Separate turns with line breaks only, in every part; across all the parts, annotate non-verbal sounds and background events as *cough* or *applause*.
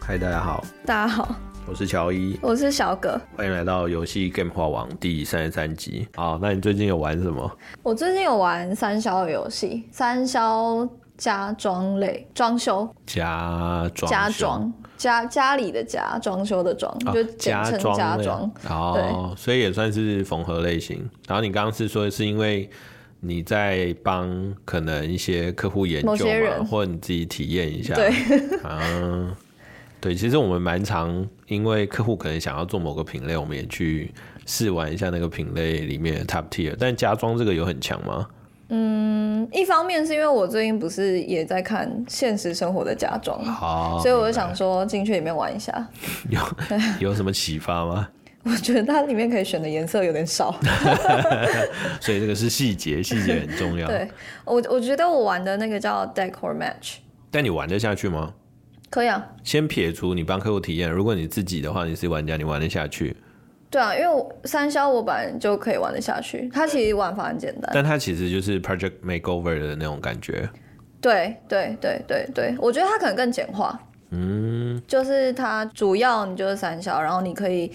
嗨，大家好，
大家好，
我是乔伊，
我是小葛。
欢迎来到游戏 Game 化王第三十三集。好，那你最近有玩什么？
我最近有玩三消的游戏，三消家装类装修，
家装
家装家家里的家，装修的装，
啊
就简
家
称
装
家
类
装。
哦，所以也算是缝合类型。然后你刚刚是说是因为你在帮可能一些客户研
某
究
些
嘛，
人
或者你自己体验一下，
对， *laughs*
啊，对，其实我们蛮常因为客户可能想要做某个品类，我们也去试玩一下那个品类里面的 top tier。但家装这个有很强吗？
嗯，一方面是因为我最近不是也在看现实生活的家装，
好
所以我就想说进去里面玩一下。 *laughs*
有有什么启发吗？
我觉得它里面可以选的颜色有点 *laughs* 少。
所以这个是细
*laughs*
节，细节很重要。
对我，我觉得我玩的那个叫 Decor Match，
但你玩得下去吗？
可以啊，
先撇除你帮客户体验，如果你自己的话，你是玩家，你玩得下去。
对啊，因为我三消我本来就可以玩得下去，它其实玩法很简单。
但它其实就是 Project Makeover 的那种感觉。
对对对对对，我觉得它可能更简化，
嗯，
就是它主要你就是三小，然后你可以，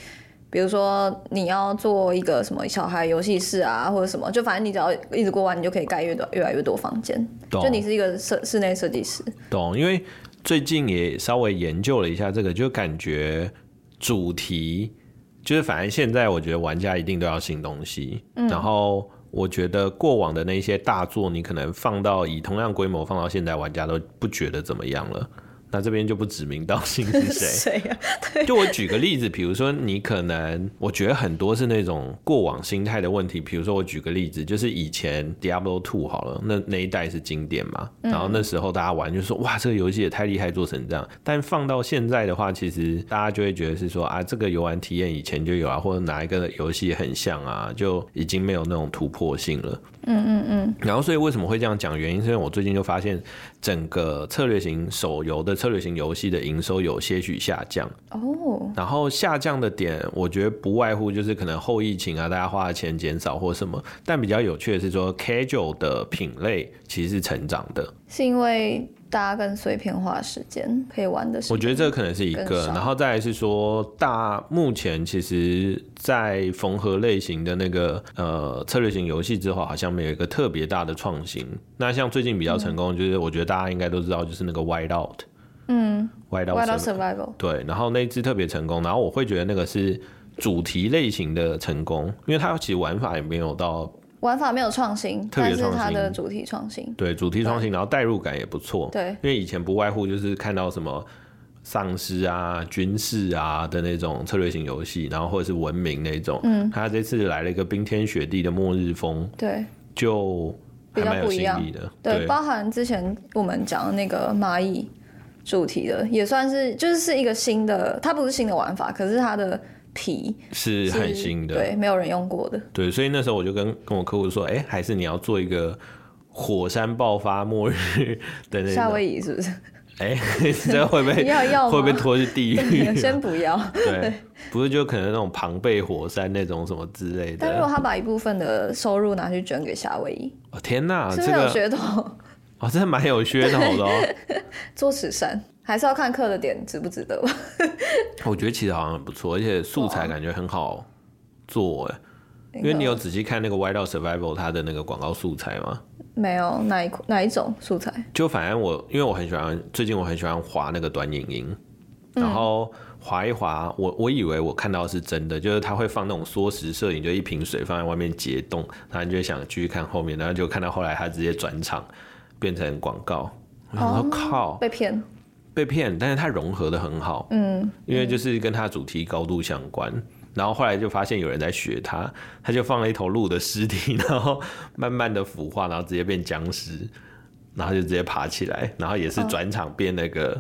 比如说你要做一个什么小孩游戏室啊，或者什么，就反正你只要一直过弯，你就可以盖越多越来越多房间。
懂
就你是一个设室内设计师，
懂。因为最近也稍微研究了一下这个，就感觉主题就是，反正现在我觉得玩家一定都要新东西。然后我觉得过往的那些大作，你可能放到以同样规模放到现在，玩家都不觉得怎么样了。那这边就不指名道姓是谁，
谁呀、啊？
就我举个例子，比如说你可能，我觉得很多是那种过往心态的问题。比如说我举个例子，就是以前 Diablo Two 好了，那那一代是经典嘛，然后那时候大家玩就说哇，这个游戏也太厉害，做成这样。但放到现在的话，其实大家就会觉得是说啊，这个游玩体验以前就有啊，或者哪一个游戏很像啊，就已经没有那种突破性了。然后，所以为什么会这样讲？原因是因为我最近就发现，整个策略型手游的策略型游戏的营收有些许下降。
哦，
然后下降的点，我觉得不外乎就是可能后疫情啊，大家花的钱减少或什么。但比较有趣的是说，casual 的品类其实是成长的，
是因为大家更碎片化时间可以玩的时间，
我觉得这可能是一
更
个。
少
然后再来是说，大目前其实，在缝合类型的那个呃策略型游戏之后，好像没有一个特别大的创新。那像最近比较成功，就是我觉得大家应该都知道，就是那个 Wide Out。嗯，Wide
《外
Out
到
什么
Survival》
对，然后那一支特别成功，然后我会觉得那个是主题类型的成功，因为它其实玩法也没有到
玩法没有创新，
特别
但是
创
它
新
的主题创新，
对主题创新，然后代入感也不错。
对
因为以前不外乎就是看到什么丧尸啊、军事啊的那种策略型游戏，然后或者是文明那种，嗯，他这次来了一个冰天雪地的末日风，
对。
就还
比较
蛮有
不一
新
样
意的。
对，包含之前我们讲的那个蚂蚁主题的，也算是就是是一个新的，它不是新的玩法，可是它的皮
是很新的。
对，没有人用过的。
对，所以那时候我就跟跟我客户说，哎、还是你要做一个火山爆发末日 *laughs* 的那
夏
种，
威夷是不是？
哎、 *laughs* 这会被
要要吗
*laughs* 会被拖去地狱。啊
*laughs* 先不要。
对，不是就可能那种庞贝火山那种什么之类
但如果
的。
他把一部分的收入拿去捐给夏威夷，
哦天哪，
是不
这
是有
个
噱头？
哦，真的蛮有噱头的哦。
*laughs* 做慈善还是要看课的点值不值得吧？
我觉得其实好像很不错，而且素材感觉很好做哎，因为你有仔细看那个《Wild Out Survival》它的那个广告素材吗？
没有哪一哪一种素材？
就反正我，因为我很喜欢，最近我很喜欢滑那个短影音，然后滑一滑，我我以为我看到的是真的，就是他会放那种缩时摄影，就一瓶水放在外面解冻，然后你就会想继续看后面，然后就看到后来他直接转场变成广告，我想说靠
被骗？
被骗，但是它融合的很好，
嗯，
因为就是跟它主题高度相关。然后后来就发现有人在学它，他就放了一头鹿的尸体， *laughs* 然后慢慢的腐化，然后直接变僵尸，然后就直接爬起来，然后也
嗯
是转场变那个、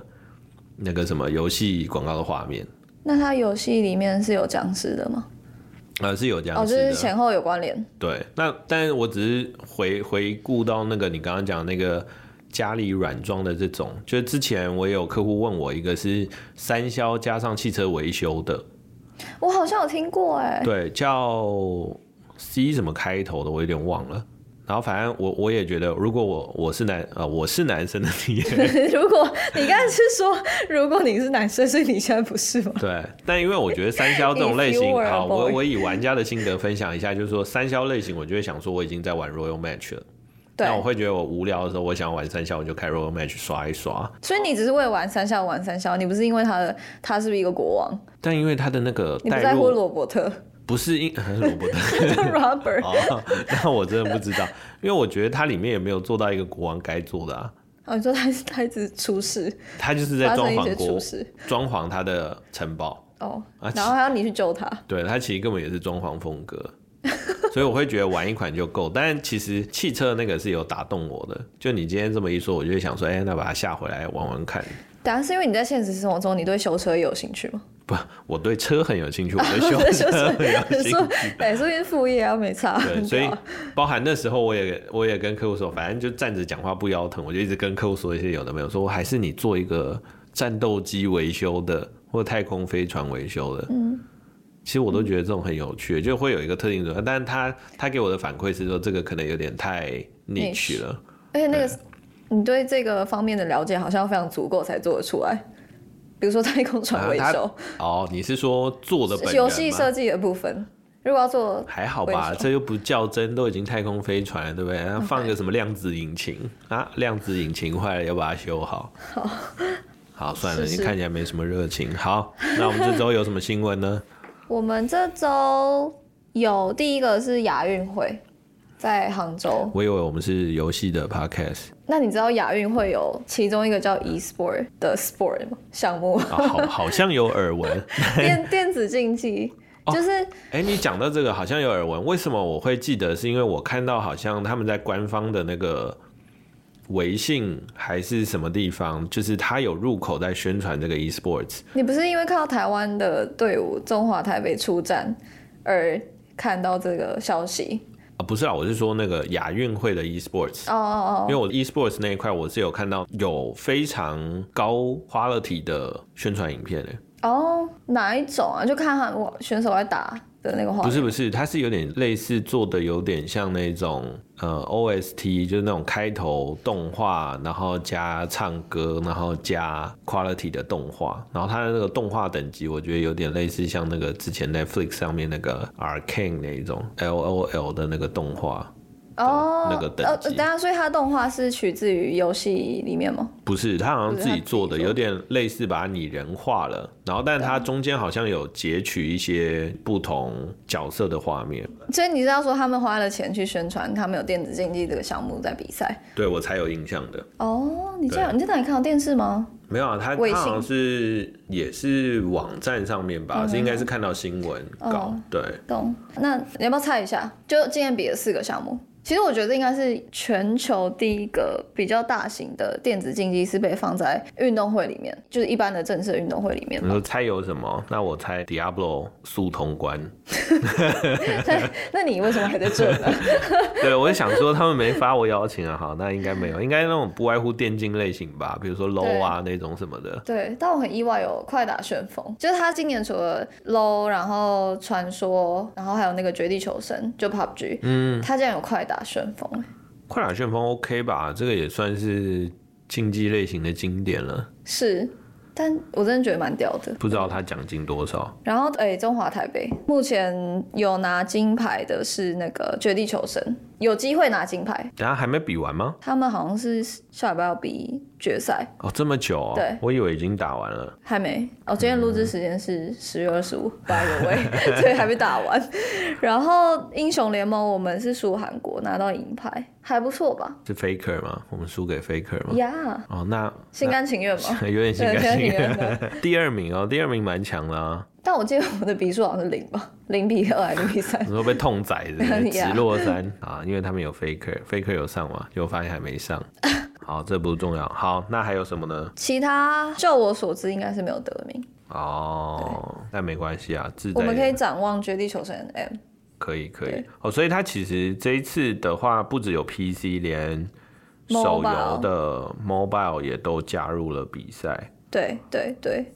那个什么游戏广告的画面，
那他游戏里面是有僵尸的吗？
呃，是有僵
哦，就
尸
是
的。
前后有关联。
对，那但是我只是回回顾到那个你刚刚讲那个家里软装的这种，就是之前我也有客户问我一个是三消加上汽车维修的，
我好像有听过哎、
对，叫 C 什么开头的，我有点忘了。然后反正我我也觉得，如果我我是男呃我是男生的体验，
*laughs* 如果你刚才是说，如果你是男生，所以你现在不是
*laughs*
吗？
对，但因为我觉得三消这种类
If
型
you were a
好，我
boy
我以玩家的心得分享一下，就是说三消类型，我就会想说我已经在玩 Royal Match 了，
对
那，我会觉得我无聊的时候，我想玩三消，我就开 Royal Match 刷一刷。
所以你只是为了玩三消而玩三消，你不是因为他的他是不是一个国王，
但因为它的那个
你不
代
在乎
入
罗
*laughs*
伯特 *laughs*
不是因罗伯特
Robert
哦，那我真的不知道，因为我觉得它里面也没有做到一个国王该做的啊，
哦，你说他是他一直出事，
他就是在
发
装
生一些
潢
出
国
事
装潢他的城堡，
哦
啊，
然后还要你去救他，
对，它其实根本也是装潢风格， *laughs* 所以我会觉得玩一款就够。但其实汽车那个是有打动我的，就你今天这么一说，我就会想说，哎、那把它下回来玩玩看。
当啊然是因为你在现实生活中你对修车有兴趣吗？
不，我对车很有兴趣，我对 *laughs*
我在
修车
修车
很 *laughs* 有兴
说
趣。
对，说不定副业啊，没差。
对，所以
对啊
包含那时候我也我也跟客户说，反正就站着讲话不腰疼，我就一直跟客户说一些有的没有，说还是你做一个战斗机维修的，或太空飞船维修的。嗯，其实我都觉得这种很有趣，就会有一个特定的，但是他他给我的反馈是说，这个可能有点太 niche 了。
而且那个你对这个方面的了解好像要非常足够才做得出来，比如说太空船维
啊
修、
哦，你是说做的本人
游戏
吗
设计的部分，如果要做
还好吧
为什么，嗯
这又不较真，都已经太空飞船了，对不对？然后放个什么量子引擎啊，量子引擎坏了要把它修
*laughs*
好。好，算了，
是是
你看起来没什么热情。好，那我们这周有什么新闻呢？
我们这周有第一个是亚运会在杭州。
我以为我们是游戏的 podcast
那你知道亚运会有其中一个叫 e-sport 的 sport 吗项目？
啊，好，好像有耳闻。 *laughs*
电电子竞技，就是
哎、你讲到这个好像有耳闻，为什么我会记得？是因为我看到好像他们在官方的那个微信还是什么地方，就是他有入口在宣传这个 esports。
你不是因为看到台湾的队伍中华台北出战而看到这个消息？
啊，不是啊，我是说那个亚运会的 esports，
哦哦
因为我 esports 那一块我是有看到有非常高 quality 的宣传影片的，欸
哦哦，哪一种啊？就看他我选手在打的那个画
不
面。
是不是，它是有点类似做的有点像那种呃 OST，就是那种开头动画，然后加唱歌，然后加 quality 的动画，然后它的那个动画等级，我觉得有点类似像那个之前 Netflix 上面那个 Arcane 那一种 LOL 的那个动画，
哦，
那个等
呃，
级
等下，所以它动画是取自于游戏里面吗？
不是，他好像
不是
自
他
己
自己
做的，
做
有点类似把它拟人化了。然后，但他中间好像有截取一些不同角色的画面，
所以你知道说他们花了钱去宣传，他们有电子竞技这个项目在比赛。
对我才有印象的。
哦，你这样你在哪里看到电视吗？
没有啊，他
卫
他
星
好像是也是网站上面吧，是应该是看到新闻稿，对，
懂。那你要不要猜一下？就今天比的四个项目，其实我觉得应该是全球第一个比较大型的电子竞技是被放在运动会里面，就是一般的正式的运动会里
*laughs*
面 *laughs*
你
吧。
说猜有什么？那我猜 Diablo 速通关。
那你为什么还在这呢？
对，我就想说他们没发我邀请啊，好，那应该没有，应该那种不外乎电竞类型吧，比如说 LO 啊那种什么的。
对，但我很意外有快打旋风，就是他今年除了 LO，然后传说，然后还有那个绝地求生，就 PUBG，嗯，他竟然有快打旋风，欸
快打旋风 OK 吧，这个也算是竞技类型的经典了。
是，但我真的觉得蛮屌的。
不知道他奖金多少？
然后，诶，中华台北目前有拿金牌的是那个绝地求生，有机会拿金牌。
等下还没比完吗？
他们好像是下礼拜要比决赛，
哦，这么久哦
对，
我以为已经打完了。
还没。哦，今天录
嗯
制时间是十月二十五，大家有位， *laughs* 所以还没打完。 *laughs* 然后英雄联盟我们是输韩国拿到银牌，还不错吧？
是 Faker 吗？我们输给 Faker 吗？
呀、
哦，那 *laughs*
心甘情愿吗？
那有点心
对
甘情
*laughs* 心甘情愿
愿。第二名哦，第二名蛮强啦、啊。
但我记得我们的比数好像是零吧， *laughs* 零比二还是零比三 *laughs*
你？说被痛宰是不是
Yeah
直落三啊？因为他们有 Faker，Faker 有上嘛，结果发现还没
*laughs*
上。好，这不重要。好，那还有什么呢？
其他就我所知应该是没有得名。
哦，那没关系啊，自在
我们可
人
以展望绝地求生 M。
可以可以
对
哦，所以它其实这一次的话，不只有 PC，连手
Mobile
游的 mobile 也都加入了比赛，
对对对，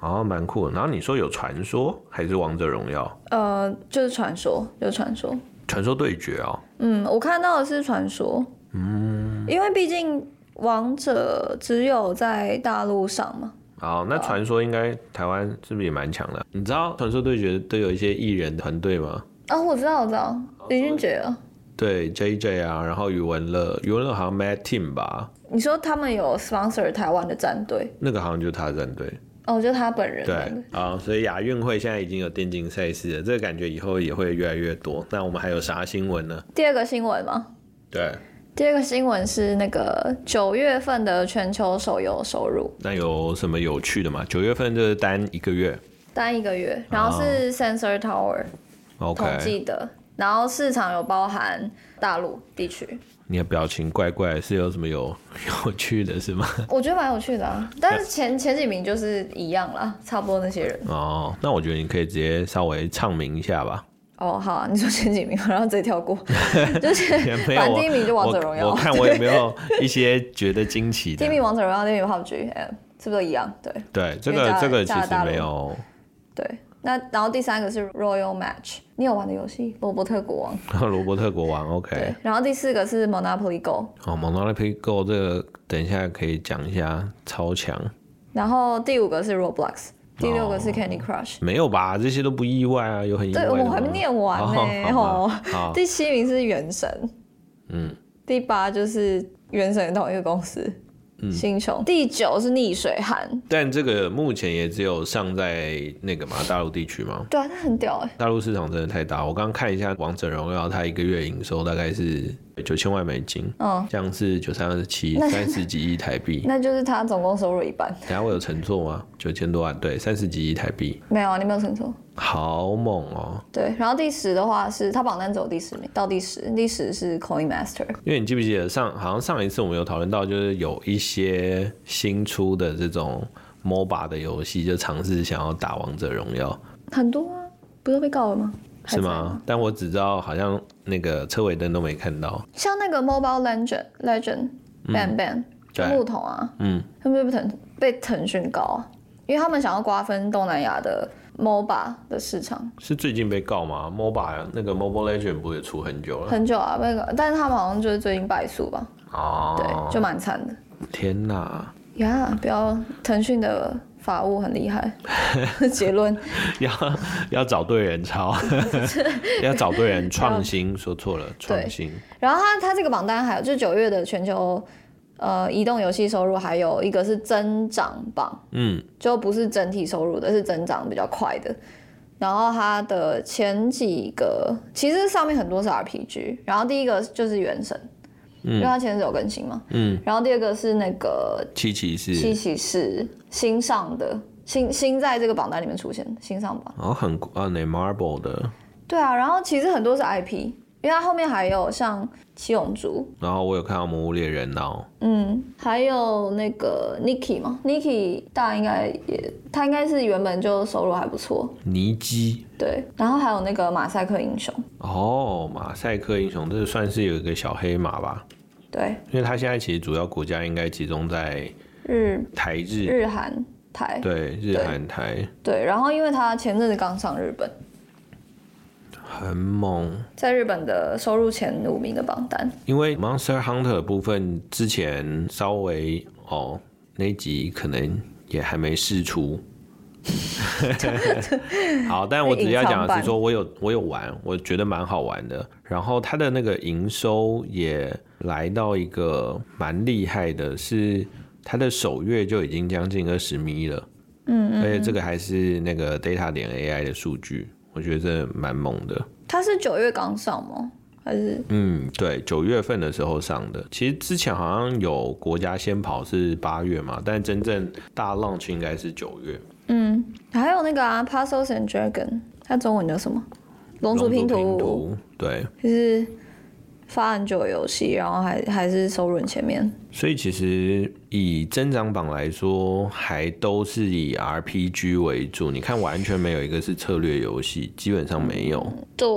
哦，蛮酷的。然后你说有传说还是王者荣耀？
呃，就是传说，就是传说。
传说对决哦，
嗯，我看到的是传说，嗯，因为毕竟王者只有在大陆上嘛，
好，
啊
那传说应该台湾是不是也蛮强的？你知道传说对决都有一些艺人团队吗？
啊，我知道，我知道，林俊杰啊，
对，J J 啊，然后余文乐，余文乐好像 Mad Team 吧，
你说他们有 sponsor 台湾的战队，
那个好像就是他的战队。
哦，就是他本人
对
战队，
啊、所以亚运会现在已经有电竞赛事了，这个感觉以后也会越来越多。那我们还有啥新闻呢？
第二个新闻嘛，
对，
第二个新闻是那个九月份的全球手游收入，
那有什么有趣的吗？九月份就是单一个月
单一个月，然后是 Sensor Tower 统
，OK。
计的，然后市场有包含大陆地区，
你的表情怪怪，是有什么有 *laughs* 有趣的
*laughs*
是吗？
我觉得蛮有趣的啊，但是前前几名就是一样啦，差不多那些人。
哦，那我觉得你可以直接稍微唱名一下
*laughs*
吧。
哦，好、啊，你说前几名，然后直接跳过，就是
也没有
反正
我
第一名就王者荣
我
耀
我，看我有没有一些觉得惊奇
*laughs* 第
的
一。名王者荣耀，第二名 PUBG，哎、是不是都一样？对
对，这
因为
个
大
这个其
大
实
大陆
没有。
对。那然后第三个是 Royal Match，你有玩的游戏《罗伯特国王》
罗伯特国王
对
，OK。。
然后第四个是 Monopoly Go，
哦，蒙娜丽皮 Go 这个等一下可以讲一下，超强。
然后第五个是 Roblox，第六个是 Candy Crush。
没有吧？这些都不意外啊，有很意外
对，
哦的吗。
我还没念完呢、
哦好
哦。
吧好
第七名是《原神》，
嗯，
第八就是《原神》同一个公司，
嗯
星穹。第九是《逆水寒》，
但这个目前也只有上在那个嘛大陆地区嘛。
对啊，它很屌哎、
大陆市场真的太大，我刚刚看一下《王者荣耀》，它一个月营收大概是九千万美金，
嗯，
这样是九三二十七
那
三十几亿台
*laughs*
币。
那就是它总共收入一半。
等一下我有乘坐吗？九千多万，对，三十几亿台币，
没有啊，你没有算错。
好猛哦！
对，然后第十的话是它榜单只有第十名，到第十，第十是 Coin Master。
因为你记不记得上，好像上一次我们有讨论到，就是有一些新出的这种 MOBA 的游戏，就尝试想要打王者荣耀，
很多啊，不是被告了吗？
是吗？？但我只知道好像那个车尾灯都没看到，
像那个 Mobile Legend Legend Ban Ban，、就
嗯对
木桶啊，
嗯，
他们就被腾被腾讯告啊，因为他们想要瓜分东南亚的 MOBA 的市场，
是最近被告吗？MOBA 那个 Mobile Legend 不是也出很久了？
很久啊，那个，但是他们好像就是最近败诉吧，对，
哦，
就蛮惨的
天哪， *laughs*
呀。不要，腾讯的法务很
*laughs*
厉害，结论
要要找对人
*laughs*
抄，要找对人创新，说错了，创新，
然后它它这个榜单还有，就九月的全球呃移动游戏收入，还有一个是增长榜，
嗯，
就不是整体收入的，是增长比较快的。然后它的前几个其实上面很多是 RPG，然后第一个就是《原神》因为它前阵子有更新嘛，
嗯，
然后第二个是那个
七骑士，
《七骑士》新上的新新在这个榜单里面出现的新上榜。
然后很啊，那 Marble 的，
对啊，然后其实很多是 IP，因为它后面还有像《七龙珠》，
然后我有看到《魔物猎人》哦，
嗯，还有那个 Niki 嘛，Niki 大家应该也，他应该是原本就收入还不错，
尼基
对。然后还有那个马赛克英雄，
哦，马赛克英雄，这算是有一个小黑马吧，
对，
因为他现在其实主要国家应该集中在
日
台日，
日韩台，
对日韩台，
对。然后因为他前阵子刚上日本，
很猛。
在日本的收入前五名的榜单，
因为 Monster Hunter 的部分之前稍微哦那一集可能也还没试 *laughs* 出。好，但我只要讲的是说，我有我有玩，我觉得蛮好玩的。然后它的那个营收也来到一个蛮厉害的，是它的首月就已经将近二十米了。嗯而且这个还是那个 Data 点 AI 的数据，我觉得这蛮猛的。
他是九月刚上吗？还是
嗯，对，九月份的时候上的。其实之前好像有国家先跑是八月嘛，但真正大 launch 应该是九月。
还有那个啊，Puzzles and Dragon，它中文叫什么？龙族拼
龙
图，
对，
就是发很久的游戏，然后还还是收入很前面。
所以其实以增长榜来说，还都是以 RPG 为主。你看，完全没有一个是策略游戏，基本上没有。
对，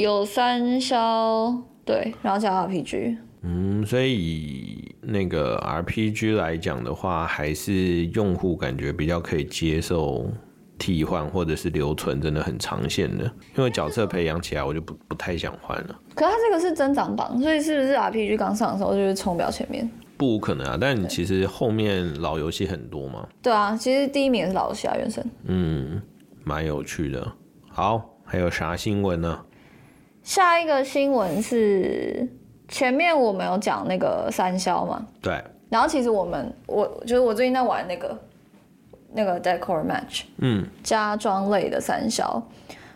有三消，对，然后加 RPG，
嗯，所以以那个 RPG 来讲的话，还是用户感觉比较可以接受替换或者是留存真的很长线的，因为角色培养起来，我就不不太想换了。
可它这个是增长榜，所以是不是 RPG 刚上的时候就是冲表前面？
不无可能啊，但你其实后面老游戏很多嘛，
对啊，其实第一名也是老游戏啊，原神。
嗯，蛮有趣的。好，还有啥新闻呢？
下一个新闻是前面我们有讲那个三消嘛，
对，
然后其实我们我就是我最近在玩那个那个 Decor Match
嗯，
家装类的三消，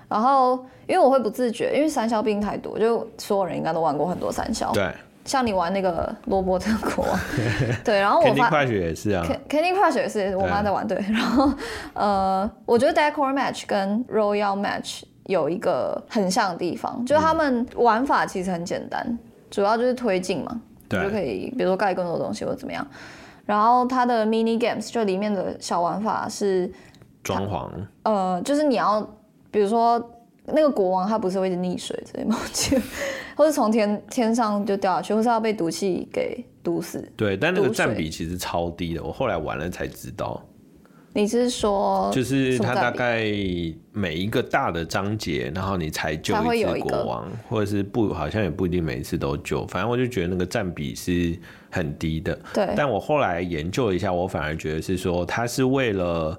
然后因为我会不自觉，因为三消毕竟太多，就所有人应该都玩过很多三消，
对，
像你玩那个罗伯特国王，对，然后哦我
Candy
发
Crush 也是啊，
Can- Candy Crush 也是我妈在玩对，然后呃，我觉得 Decor Match 跟 Royal Match 有一个很像的地方，就是他们玩法其实很简单，主要就是推进嘛，你就可
对，
以比如说盖更多东西或者怎么样。然后它的 mini games 就里面的小玩法是，
装潢，
呃，就是你要比如说那个国王他不是会一直溺水之类吗？我记得 *laughs* 或是从天天上就掉下去，或是要被毒气给毒死。
对，但那个
毒水
占比其实超低的，我后来玩了才知道，
你是说
就是
什么
它
占
大
比
概每一个大的章节，然后你才救
才会有
次
一个
国王，或者是不好像也不一定每一次都救，反正我就觉得那个占比是很低的。
对
但我后来研究了一下，我反而觉得是说，它是为了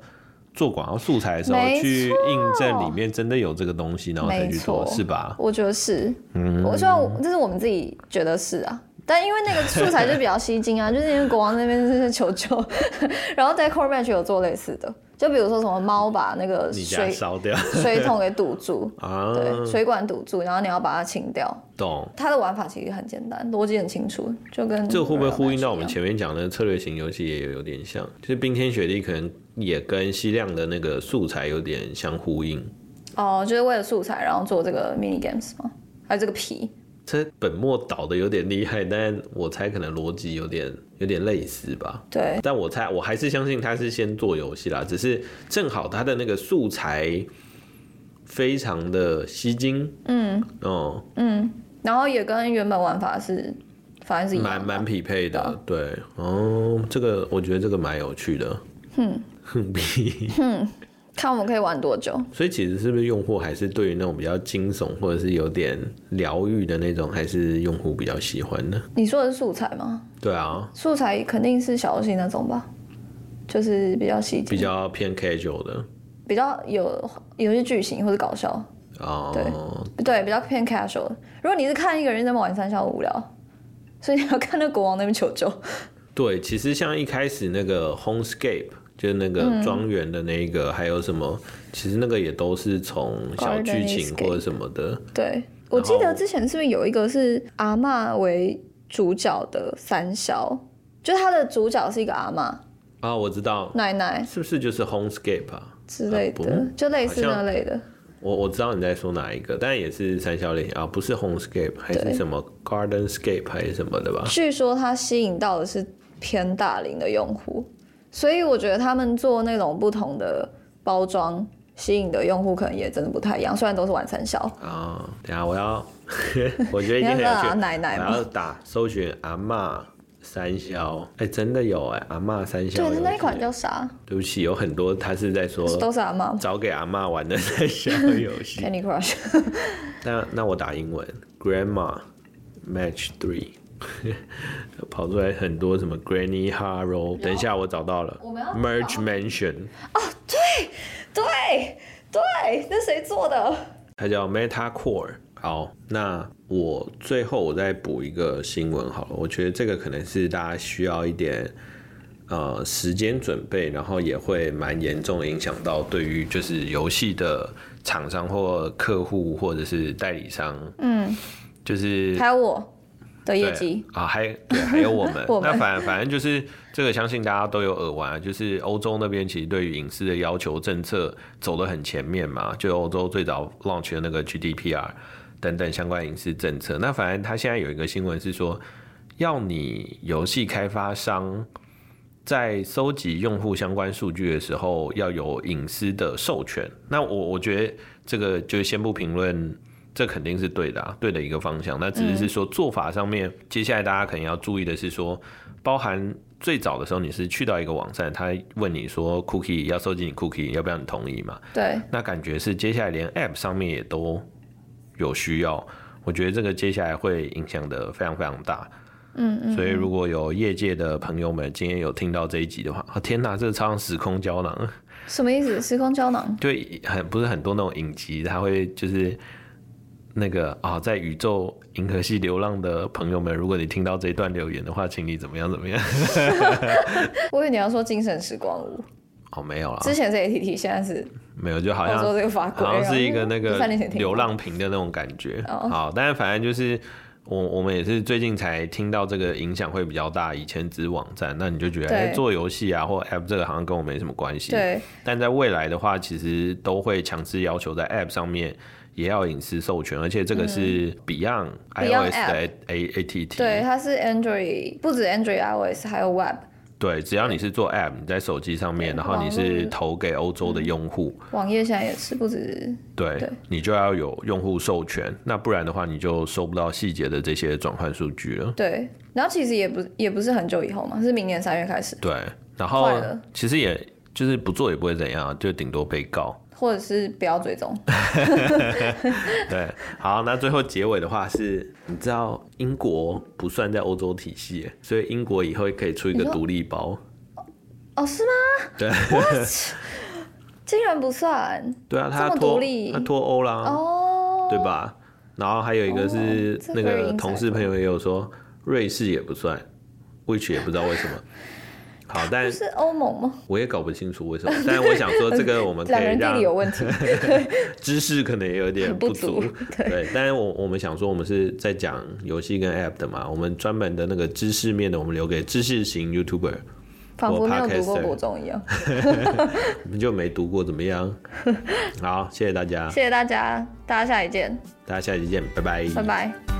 做广告素材的时候
没错
去印证里面真的有这个东西，然后才去做
没，错
是吧？
我觉得是，
嗯
我虽然我这是我们自己觉得是啊，但因为那个素材就比较吸睛啊， *laughs* 就是因为国王那边是求救， *laughs* 然后在 Core Match 有做类似的，就比如说什么猫把那个
你家
水
烧掉
水桶给堵住，
啊？*laughs*
*laughs* 对，水管堵住，然后你要把它清掉。
懂。
它的玩法其实很简单，逻辑很清楚，就跟
这会不会呼应到我们
Royal Match
前面讲的策略型游戏也有有点像？就是冰天雪地可能也跟西亮的那个素材有点相呼应。
一样哦，就是为了素材，然后做这个 mini games 吗？还有这个皮，
这本末倒的有点厉害，但我猜可能逻辑有点有点类似吧。
对，
但我猜我还是相信他是先做游戏啦，只是正好他的那个素材非常的吸睛，
嗯
哦，
然后也跟原本玩法是，反正是一样
蛮
的
蛮匹配
对
的
啊，
对，哦，这个我觉得这个蛮有趣的，哼哼屁，
看我们可以玩多久。
所以其实是不是用户还是对于那种比较惊悚或者是有点疗愈的那种，还是用户比较喜欢的？
你说的是素材吗？
对啊，
素材肯定是小游戏那种吧，就是比较细节，
比较偏 casual 的。
比较有有些剧情或者搞笑，
哦，
对，比较偏 casual 的。如果你是看一个人在那边玩三消无聊，所以你要看那国王那边求救，
对，其实像一开始那个 Homescape，就是那
嗯
个庄园的那个，还有什么，其实那个也都是从小
Garden
剧情
Escape
或者什么的。
对我记得之前是不是有一个是阿嬷为主角的三消，就是他的主角是一个阿嬷
啊、我知道，
奶奶
是不是就是 Homescape 啊？
之类
啊
的，就类似
好
那
像
类的。
我我知道你在说哪一个，但也是三消类型啊，不是 Homescape 还是
对
什么 Gardenscape 还是什么的吧？
据说它吸引到的是偏大龄的用户，所以我觉得他们做那种不同的包装，吸引的用户可能也真的不太一样。虽然都是晚餐消，
啊、等一下我
*laughs*
要，我觉得已
你
经很
要不
有
要
趣
打。奶奶
我要
吗？
打搜寻阿嬷三消，哎、真的有哎、阿嬷三消
对，
游戏。
它那一款叫啥？
对不起，有很多他是在说
都是阿妈
找给阿嬷玩的三消游
*laughs*
戏。
Candy Crush。
那那我打英文，Grandma Match Three，跑出来很多什么 Granny Harrow。等一下，我找到了
我们要
，Merge Mansion，
对对，那谁做的？
它叫 Meta Core。好，那我最后我再补一个新闻好了，我觉得这个可能是大家需要一点。呃，时间准备，然后也会蛮严重影响到对于就是游戏的厂商或客户或者是代理商，
嗯，
就是
还有我的业
对
绩。
啊，还对，还有我们。
*laughs* 我们
那反反正就是这个，相信大家都有耳闻啊，就是欧洲那边其实对于隐私的要求政策走得很前面嘛，就欧洲最早 launch 的那个 GDPR 等等相关隐私政策。那反正他现在有一个新闻是说，要你游戏开发商。在搜集用户相关数据的时候，要有隐私的授权。那我我觉得这个就先不评论这肯定是对的啊，对的一个方向。那只是说做法上面，接下来大家可能要注意的是说，包含最早的时候你是去到一个网站，他问你说 cookie 要收集你 cookie，要不要你同意嘛？
对，
那感觉是接下来连 App 上面也都有需要，我觉得这个接下来会影响的非常非常大。
嗯嗯，
所以如果有业界的朋友们今天有听到这一集的话，啊天哪，这超像时空胶囊，
什么意思？时空胶囊？
就很不是很多那种影集，它会就是那个啊，在宇宙银河系流浪的朋友们，如果你听到这一段留言的话，请你怎么样怎么样？ *laughs*
我以为你要说精神时光屋，
哦，没有啦，
之前是 ATT，现在是
没有，就好
我
像
说这个法规，
好像是一个那个
三年前听过
流浪瓶的那种感觉。
哦
好，但是反正就是我我们也是最近才听到这个影响会比较大，以前只是网站，那你就觉得
对
哎、做游戏啊或 App 这个好像跟我没什么关系。
对
但在未来的话，其实都会强制要求在 App 上面也要隐私授权，而且这个是 Beyond
嗯 Beyond
iOS 的 A A T T。
对，它是 Android，不止 Android iOS，还有 Web
对，只要你是做 App，你在手机上面，
对
然后你
网
是
络
投给欧洲的用户，
网页，现在也是不止
对，
对
你就要有用户授权，那不然的话你就收不到细节的这些转换数据了。
对。然后其实也不也不是很久以后嘛，是明年三月开始，
对，然后
快了
其实也就是不做也不会怎样，啊就顶多被告。
或者是不要
*laughs*
追踪。
对，好，那最后结尾的话是，你知道英国不算在欧洲体系，所以英国以后可以出一个
你说
独立包。
哦，是吗？
对，
竟然不算
对啊，他
这么
脱
独立
他脱欧啦，
哦。
对吧？然后还有一个是
哦这
那
very
个
insightful
同事朋友也有说，瑞士也不算，which 也不知道为什
*laughs*
么。好，但
不是欧盟吗？
我也搞不清楚为什么，但是我想说，这个我们可
两
以
人地
让
理有问题。
知识可能也有点不
*laughs*
足，
不足
对。但是我我们想说，我们是在讲游戏跟 App 的嘛，我们专门的那个知识面的，我们留给知识型 YouTuber，
仿佛没有读过
podcaster
国中一样。
我们就没读过，怎么 *laughs* 样？好，谢谢大家，
谢谢大家，大家下一见，
大家下期见，拜拜，
拜拜。